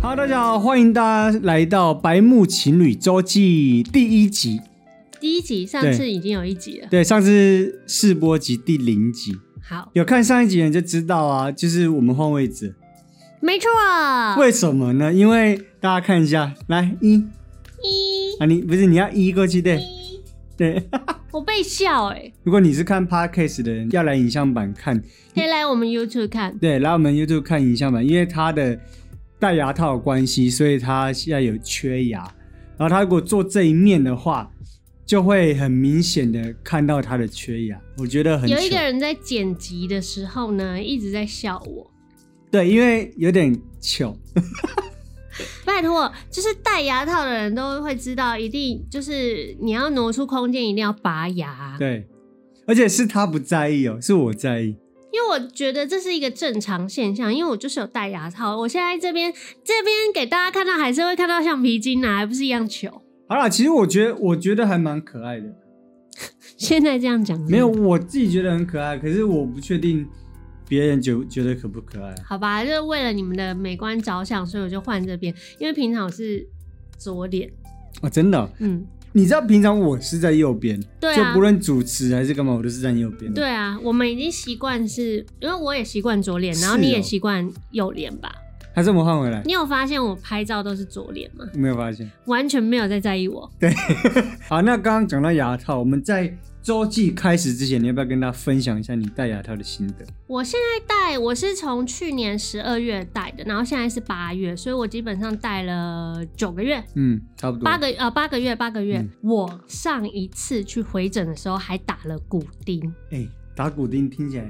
Hello，大家好，欢迎大家来到《白木情侣周记》第一集。第一集上次已经有一集了，对，上次试播集第零集，好，有看上一集的人就知道啊，就是我们换位置。没错。为什么呢？因为大家看一下，来一一，啊，你不是你要一过去对对。我被笑哎、欸，如果你是看 podcast 的人，要来影像版看，可以来我们 YouTube 看。对，来我们 YouTube 看影像版，因为他的戴牙套的关系，所以他现在有缺牙。然后他如果做这一面的话，就会很明显的看到他的缺牙。我觉得很有一糗个人在剪辑的时候呢，一直在笑我。对，因为有点糗。拜托，就是戴牙套的人都会知道，一定就是你要挪出空间，一定要拔牙。对，而且是他不在意哦，是我在意。因为我觉得这是一个正常现象，因为我就是有戴牙套。我现在这边这边给大家看到，还是会看到橡皮筋啊，还不是一样糗。好啦，其实我觉得我觉得还蛮可爱的，现在这样讲是不是没有我自己觉得很可爱，可是我不确定别人觉觉得可不可爱。啊好吧，就是为了你们的美观着想，所以我就换这边，因为平常我是左脸，哦，真的哦、嗯，你知道平常我是在右边，对啊就不论主持还是干嘛，我都是站右边。，对啊，我们已经习惯是，因为我也习惯左脸，然后是你也哦习惯右脸吧？还是我们换回来？你有发现我拍照都是左脸吗？没有发现。完全没有在在意我。好，那刚刚讲到牙套，我们在周记开始之前，你要不要跟大家分享一下你戴牙套的心得？我现在戴，我是从去年十二月戴的，然后现在是八月，所以我基本上戴了九个月。嗯，差不多。八个呃八个月八个嗯月，我上一次去回诊的时候还打了骨钉，哎、打骨钉听起来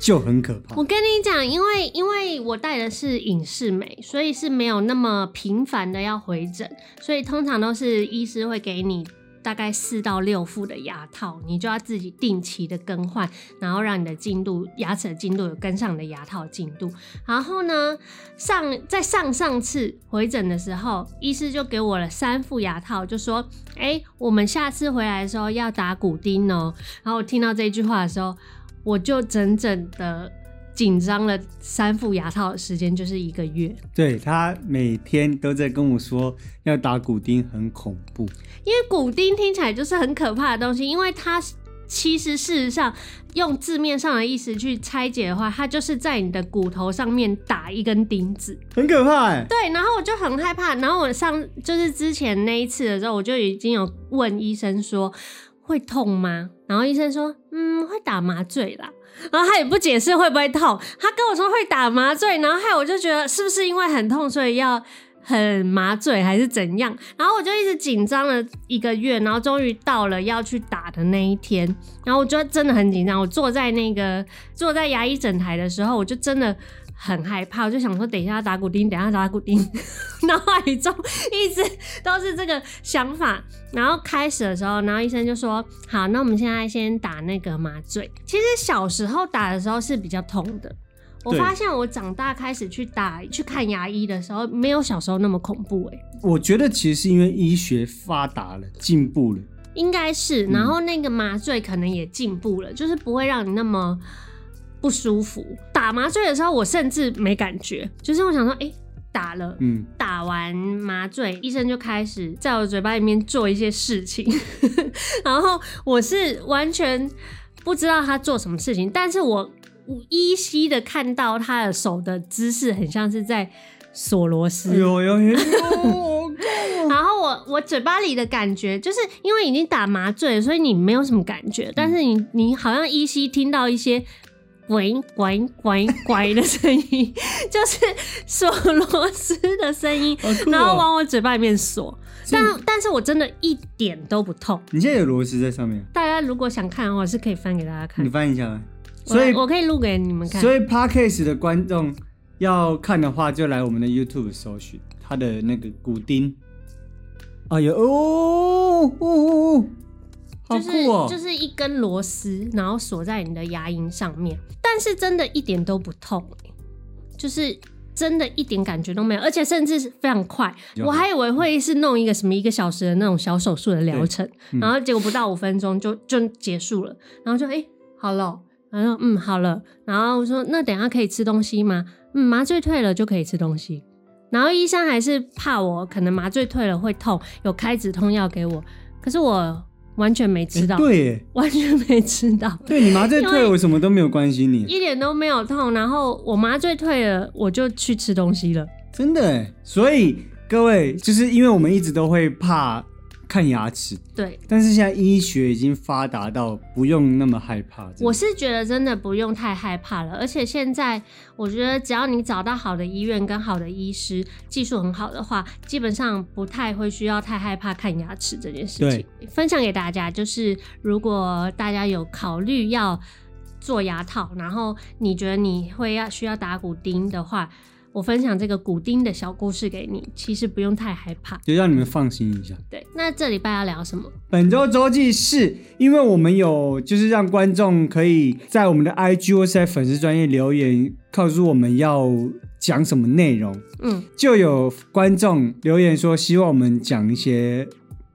就很可怕我。跟你讲，因为因为我带的是影视美，所以是没有那么频繁的要回诊，所以通常都是医师会给你大概四到六副的牙套，你就要自己定期的更换，然后让你的进度牙齿的进度有跟上你的牙套进度。然后呢，上在上上次回诊的时候，医师就给我了三副牙套，就说：“哎、我们下次回来的时候要打骨钉哦、然后我听到这句话的时候，我就整整的紧张了三副牙套的时间，就是一个月。对他每天都在跟我说要打骨钉很恐怖，因为骨钉听起来就是很可怕的东西，因为它是其实事实上用字面上的意思去拆解的话，它就是在你的骨头上面打一根钉子。很可怕哎、对，然后我就很害怕。然后我上就是之前那一次的时候，我就已经有问医生说会痛吗？然后医生说，嗯，会打麻醉啦。然后他也不解释会不会痛，他跟我说会打麻醉，然后害我就觉得是不是因为很痛，所以要很麻醉还是怎样？然后我就一直紧张了一个月，然后终于到了要去打的那一天，然后我就真的很紧张。我坐在那个坐在牙医诊台的时候，我就真的很害怕，我就想说等一下打骨钉，等一下打骨钉， 脑海中一直都是这个想法。然后开始的时候，然后医生就说：“好，那我们现在先打那个麻醉。”其实小时候打的时候是比较痛的。我对发现我长大开始去打去看牙医的时候，没有小时候那么恐怖哎、我觉得其实是因为医学发达了，进步了，应该是。嗯然后那个麻醉可能也进步了，就是不会让你那么不舒服。打麻醉的时候，我甚至没感觉，就是我想说，哎、打了，嗯，打完麻醉，医生就开始在我嘴巴里面做一些事情， 然后我是完全不知道他做什么事情，但是我依稀的看到他的手的姿势很像是在锁螺丝。哎呦呦 呦，好痛哦然后我我嘴巴里的感觉，就是因为已经打麻醉了，所以你没有什么感觉，但是嗯你你好像依稀听到一些。滚滚滚滚的声音，就是锁螺丝的声音，好酷哦然后往我嘴巴里面锁。所以但但是我真的一点都不痛。你现在有螺丝在上面，大家如果想看的话，是可以翻给大家你看。翻一下吧。嗯我所以我可以录给你们看。所以 podcast 的观众要看的话，就来我们的 YouTube 搜寻他的那个骨钉。哎呦哦哦哦哦，好就是酷哦！就是一根螺丝，然后锁在你的牙龈上面，但是真的一点都不痛、欸就是真的一点感觉都没有，而且甚至是非常快。有我还以为会是弄一个什么一个小时的那种小手术的疗程，嗯然后结果不到五分钟就就结束了，然后就哎、欸好了哦，然后嗯好了，然后我说那等一下可以吃东西吗？嗯，麻醉退了就可以吃东西。然后医生还是怕我可能麻醉退了会痛，有开止痛药给我，可是我完全没吃到，哎对耶，完全没吃到，对你麻醉退，我什么都没有关 心你，一点都没有痛。然后我麻醉退了，我就去吃东西了。真的耶。所以各位，就是因为我们一直都会怕看牙齿，对，但是现在医学已经发达到不用那么害怕。真的我是觉得真的不用太害怕了，而且现在我觉得只要你找到好的医院跟好的医师，技术很好的话，基本上不太会需要太害怕看牙齿这件事情。分享给大家，就是如果大家有考虑要做牙套，然后你觉得你会要需要打骨钉的话，我分享这个骨钉的小故事给你，其实不用太害怕。就让你们放心一下。对，那这礼拜要聊什么？本周周记是因为我们有就是让观众可以在我们的 IG 或是在粉丝专业留言，告诉我们要讲什么内容，嗯，就有观众留言说希望我们讲一些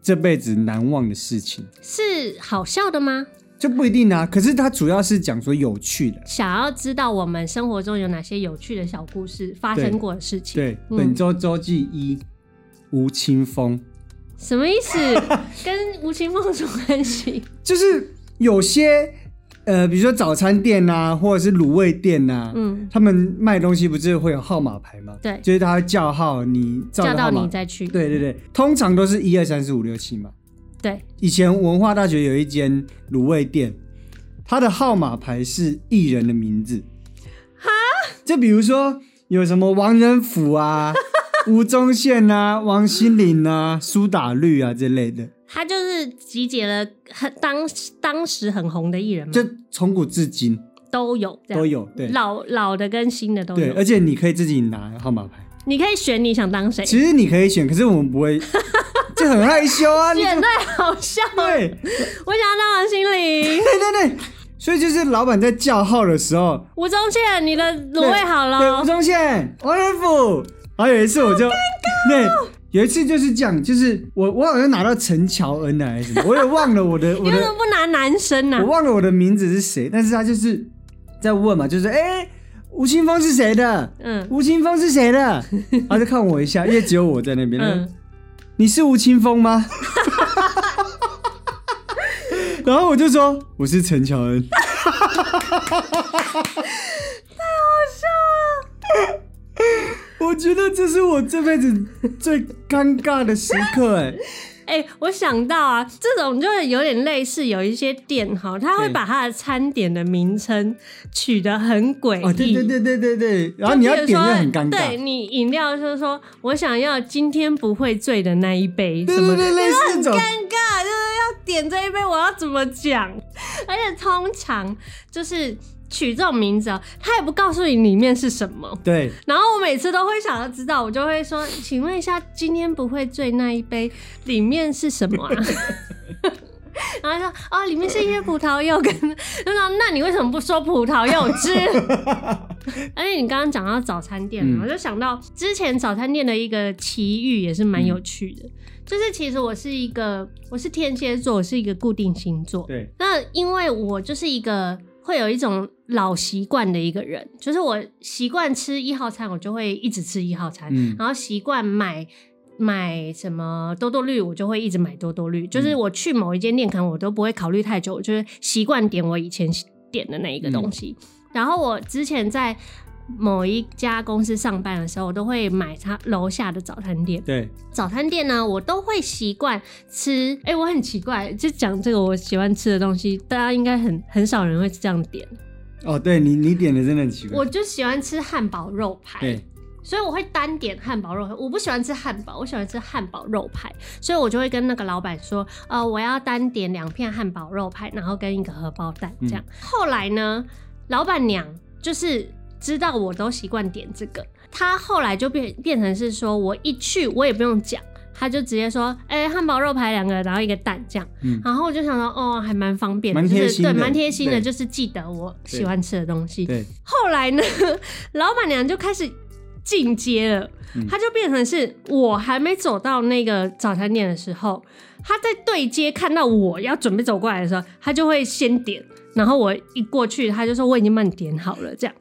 这辈子难忘的事情，是好笑的吗？就不一定啊。可是他主要是讲说有趣的。想要知道我们生活中有哪些有趣的小故事发生过的事情，对，嗯本周周记一，吴青峰，什么意 思？跟吴青峰有什么关系？就是有些呃，比如说早餐店啊，或者是卤味店啊，嗯，他们卖东西不是会有号码牌吗？对就是他会叫号，你照叫着到号你码。再去。对对对，通常都是一二三四五六七嘛。对以前文化大学有一间卤味店，它的号码牌是艺人的名字。哈？就比如说有什么王仁甫 啊、吴宗宪啊、王心凌啊、苏打绿啊这类的，他就是集结了很当当时很红的艺人嘛，就从古至今都有这样都有。对老老的跟新的都对，有而。且你可以自己拿号码牌。你可以选你想当谁，其实你可以选，可是我们不 会，就很害羞啊。你选太好笑了。对对、我想要当王心凌对对，所以就是老板在叫号的时候，吴宗宪，你的卤味好对，了吴。宗宪、王仁甫，然后有一次我就对。哦有一次就是这样，就是我我好像拿到陈乔恩的啊还是什么，我也忘了我 的我你啊为什的么不拿男生呢、我忘了我的名字是谁，但是他就是在问嘛，就是哎、吴青峰是谁的？嗯吴青峰是谁的？他就看我一下，因为只有我在那边。嗯，你是吴青峰吗？然后我就说我是陈乔恩，太好笑了！我觉得这是我这辈子最尴尬的时刻、哎，哎、我想到啊，这种就是有点类似有一些店哈，他会对把他的餐点的名称取得很诡异。哦，对对对对对对，然后你要点就比如就说很尴对尬，你饮料就是说我想要今天不会醉的那一杯，对什对么对，类似这种，尴尬，就是要点这一杯，我要怎么讲？而且通常就是取这种名字、啊，他也不告诉你里面是什么。对 然后我每次都会想要知道，我就会说：“请问一下，今天不会醉那一杯里面是什么啊？” 然后他说：“哦，里面是一些葡萄柚跟……”就说：“那你为什么不说葡萄柚汁？” 而且你刚刚讲到早餐店嗯嘛，我就想到之前早餐店的一个奇遇也是蛮有趣的，就是其实我是一个我是天蝎座，我是一个固定星座，对，那因为我就是一个会有一种老习惯的一个人，就是我习惯吃一号餐，我就会一直吃一号餐，嗯然后习惯买。买什么多多绿，我就会一直买多多绿。就是我去某一间店，可能我都不会考虑太久，我就是习惯点我以前点的那一个东西。然后我之前在某一家公司上班的时候，我都会买它楼下的早餐店。对，早餐店呢，我都会习惯吃。哎、我很奇怪，就讲这个我喜欢吃的东西，大家应该很很少人会这样点。哦，对你你点的真的很奇怪，我就喜欢吃汉堡肉排对，，所以我会单点汉堡肉排。我不喜欢吃汉堡，我喜欢吃汉堡肉排，所以我就会跟那个老板说，呃，我要单点两片汉堡肉排，然后跟一个荷包蛋嗯这样。后来呢，老板娘就是知道我都习惯点这个，她后来就变变成是说我一去我也不用讲。她就直接说：“哎、汉堡肉排两个，然后一个蛋这样。嗯然后我就想说，哦，还蛮方便的，蛮就贴是心对，的蛮贴心的，对就是记得我对喜欢吃的东西。对，后来呢， 老板娘就开始进阶了，嗯她就变成是我还没走到那个早餐店的时候，她在对接看到我要准备走过来的时候，她就会先点，然后我一过去，她就说我已经帮你点好了，这样，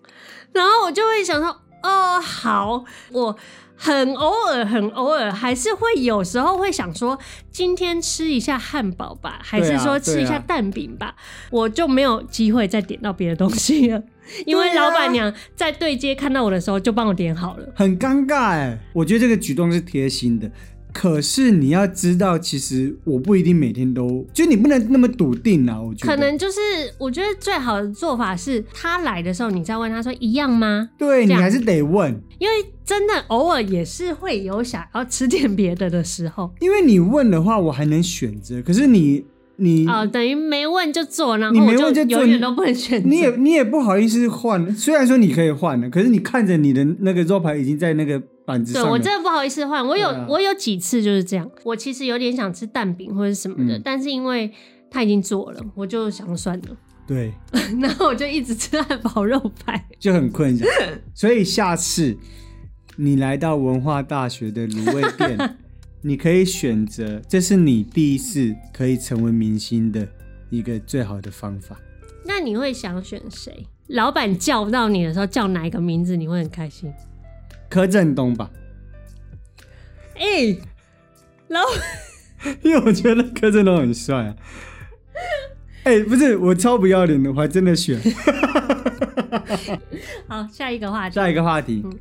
然后我就会想说。哦，好，我很偶尔，很偶尔，还是会有时候会想说，今天吃一下汉堡吧，还对是啊说吃一对下啊蛋饼吧，我就没有机会再点到别的东西 了，因为对啊老板娘在对接看到我的时候就帮我点好了。很尴尬哎。我觉得这个举动是贴心的，可是你要知道，其实我不一定每天都，就你不能那么笃定啊。我觉得可能就是，我觉得最好的做法是，他来的时候你再问他说一样吗？对这你样还是得问，因为真的偶尔也是会有想要吃点别的的时候，因为你问的话，我还能选择。可是你你、哦、等于没问就做，然后你我没问就做永远你都不能选择。你也你也不好意思换，虽然说你可以换的，可是你看着你的那个肉排已经在那个板子对上了，我真的不好意思换，我有、对啊我有几次就是这样，我其实有点想吃蛋饼或者什么的，嗯但是因为他已经做了，我就想说算了，对 然后我就一直吃汉堡肉排。就很困 扰。所以下次你来到文化大学的卤味 店，你可以选择，这是你第一次可以成为明星的一个最好的方法。那你会想选谁？老板叫到你的时候叫哪一个名字，你会很开心？柯震东 吧，哎、老因为我觉得柯震东很帅啊。哎、不是，我超不要脸的，我还真的 选。 好，下一个话题。下一个话题，嗯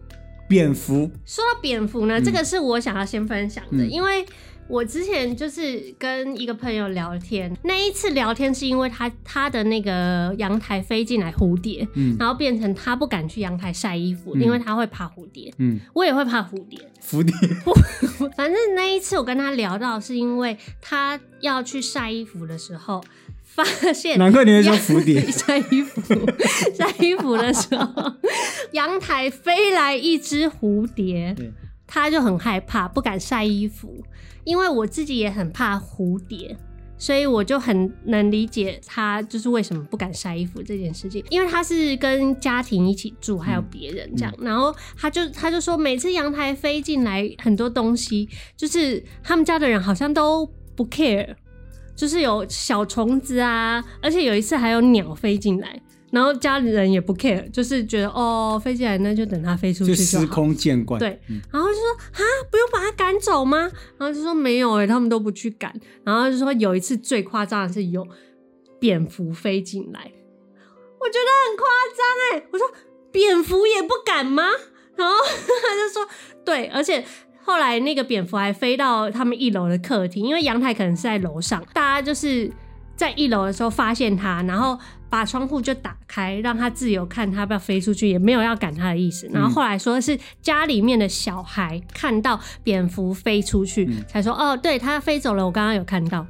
蝙蝠，说到蝙蝠呢，这个是我想要先分享的，嗯因为我之前就是跟一个朋友聊天，那一次聊天是因为他他的那个阳台飞进来蝴蝶，嗯然后变成他不敢去阳台晒衣服，嗯因为他会怕蝴蝶。嗯，我也会怕蝴蝶，蝴蝶，反正那一次我跟他聊到，是因为他要去晒衣服的时候，发现难怪你会说蝴 蝶。晒衣服，晒衣服的时候，阳台飞来一只蝴蝶对，他就很害怕，不敢晒衣服。因为我自己也很怕蝴蝶，所以我就很能理解他就是为什么不敢晒衣服这件事情。因为他是跟家庭一起住，还有别人这样，然后他就他就说，每次阳台飞进来很多东西，就是他们家的人好像都不 care。就是有小虫子啊，而且有一次还有鸟飞进来，然后家里人也不 care，就是觉得哦飞进来那就等它飞出去就就司好。空见惯。对，然后就说啊，不用把它赶走吗？然后就说没有哎、他们都不去赶。然后就说有一次最夸张的是有蝙蝠飞进来，我觉得很夸张哎。我说蝙蝠也不敢吗？ 然后他就说对，而且。后来那个蝙蝠还飞到他们一楼的客厅，因为阳台可能是在楼上，大家就是在一楼的时候发现它，然后把窗户就打开，让它自由看它要不要飞出去，也没有要赶它的意思。然后后来说是家里面的小孩看到蝙蝠飞出去，嗯才说哦，对，它飞走了，我刚刚有看到，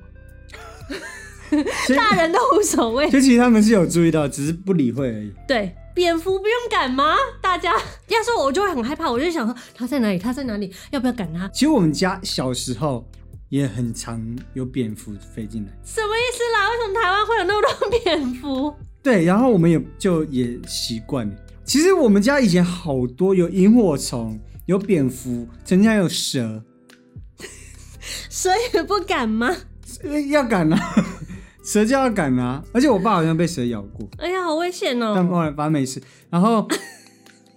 其实大人都无所谓。就其实他们是有注意到，只是不理会而已。对，蝙蝠不用赶吗？大家 要是我就会很害怕，我就想说它在哪里，它在哪里，要不要赶它？其实我们家小时候也很常有蝙蝠飞进来，什么意思啦？为什么台湾会有那么多蝙蝠？对，然后我们也就也习惯了。其实我们家以前好多有萤火虫，有蝙蝠，曾经还有蛇， 所以不敢吗？呃要赶啊， 蛇就要赶啊。而且我爸好像被蛇咬过，哎呀，好危险哦、但后来反正没事。然后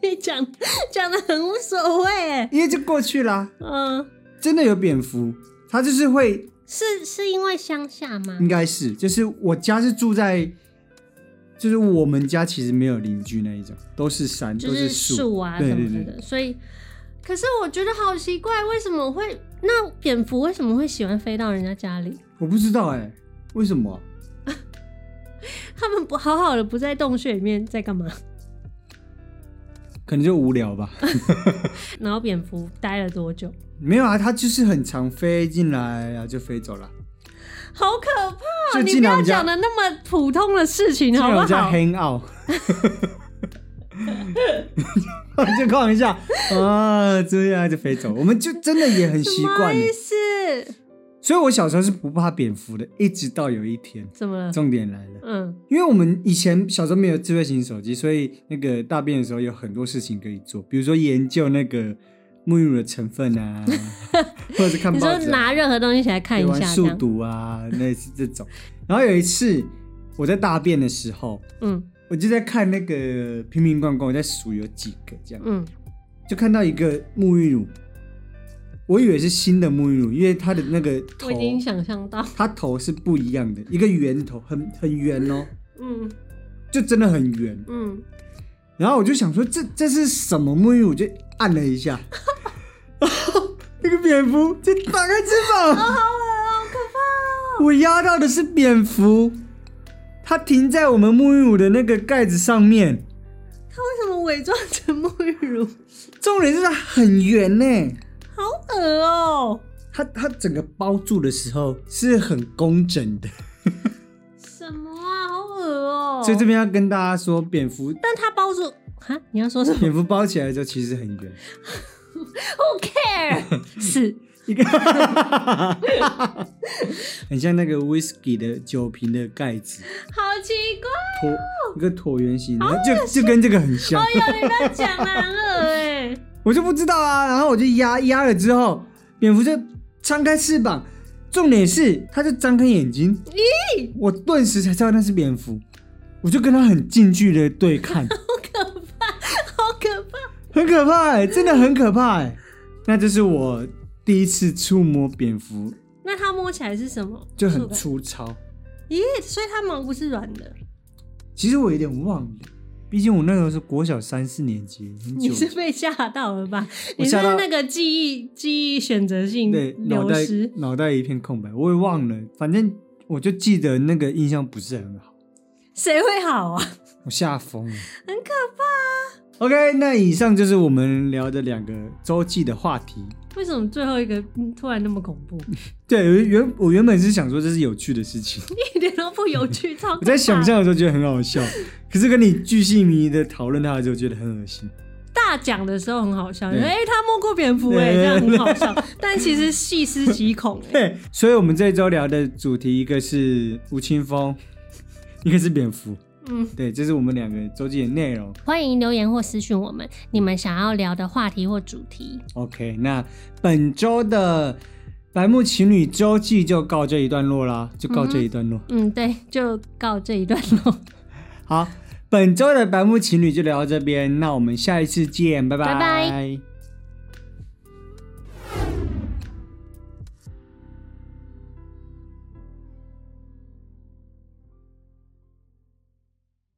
你讲讲的很无所谓欸，因为就过去啦，嗯、真的有蝙蝠，它就是会是是因为乡下吗？应该是，就是我家是住在，就是我们家其实没有邻居那一种，都是山，就都是树树啊对什对么的，对，所以，可是我觉得好奇怪，为什么会那蝙蝠为什么会喜欢飞到人家家里？我不知道哎、为什么啊？他们不好好的不在洞穴里面在干嘛？可能就无聊 吧。然后蝙蝠待了多久？没有啊，它就是很常飞进来，然后就飞走了，好可怕！就啊你进不来我要们家讲的那么普通的事情进好来不我家好？ hang out。就开玩笑啊，这样就飞走，我们就真的也很习什么惯了欸意。思？所以我小时候是不怕蝙蝠的，一直到有一天，怎么了？重点来了。嗯，因为我们以前小时候没有智慧型手机，所以那个大便的时候有很多事情可以做，比如说研究那个沐浴乳的成分 啊，或者是看你说报纸、啊、拿任何东西起来看可以一玩下，这数样，独啊，类似这种。然后有一次我在大便的时候，嗯我就在看那个瓶瓶罐罐，我在数有几个这样，嗯，就看到一个沐浴乳，我以为是新的沐浴乳，因为它的那个头我已，经想象到，它头是不一样的，一个圆头，很很圆哦，嗯就真的很圆。嗯，然后我就想说，这这是什么沐浴乳？我就按了一 下，那个蝙蝠就打开翅膀，好恶哦好可怕哦我压到的是蝙蝠，它停在我们沐浴乳的那个盖子上面。它为什么伪装成沐浴乳？ 重点是它很圆呢、好恶哦、它它整个包住的时候是很工整的，什么啊，好恶哦、所以这边要跟大家说，蝙蝠但它包住啊，你要说什么 蝙蝠包起来的时候其实很圆， ？Who care？是一个很像那个 whisky 的酒瓶的盖子，好奇怪椭一个椭圆形，然后就就跟这个很像，哦、你不要讲了，很恶哎、我就不知道啊。然后我就压压了之后，蝙蝠就张开翅膀，重点是它就张开眼睛，咦，我顿时才知道那是蝙蝠，我就跟它很近距离的对 看。好可怕！很可怕、欸，真的很可怕、欸。那这是我第一次触摸蝙蝠，那它摸起来是什么？就很触感粗糙。咦，所以它毛不是软的，其实我有点忘了，毕竟我那个时候国小三四年级，很久你。是被吓到了吧？我你是吓到那个记忆记忆选择性对，脑流袋失。脑袋一片空白，我也忘了。反正我就记得那个印象不是很好，谁会好啊？ 我吓疯了。很可怕、啊。 OK，那以上就是我们聊的两个周记的话题。为什么最后一个嗯突然那么恐 怖？对，原我原本是想说这是有趣的事 情，一点都不有趣，超可怕我在想象的时候觉得很好笑， 可是跟你巨细靡遗的讨论它的时候，觉得很恶心。大讲的时候很好笑，哎、对欸，他摸过蝙蝠、对哎，这样很好 笑。但其实细思极恐、哎，对，所以我们这周聊的主题，一个是吴青峰，一个是蝙蝠。嗯，对，这是我们两个周记的内容。欢迎留言或私讯我们，你们想要聊的话题或主题。 OK，那本周的白木情侣周记就告这一段落啦，就告这一段落。嗯，对，就告这一段落，好，本周的白木情侣就聊到这边，那我们下一次见，拜拜拜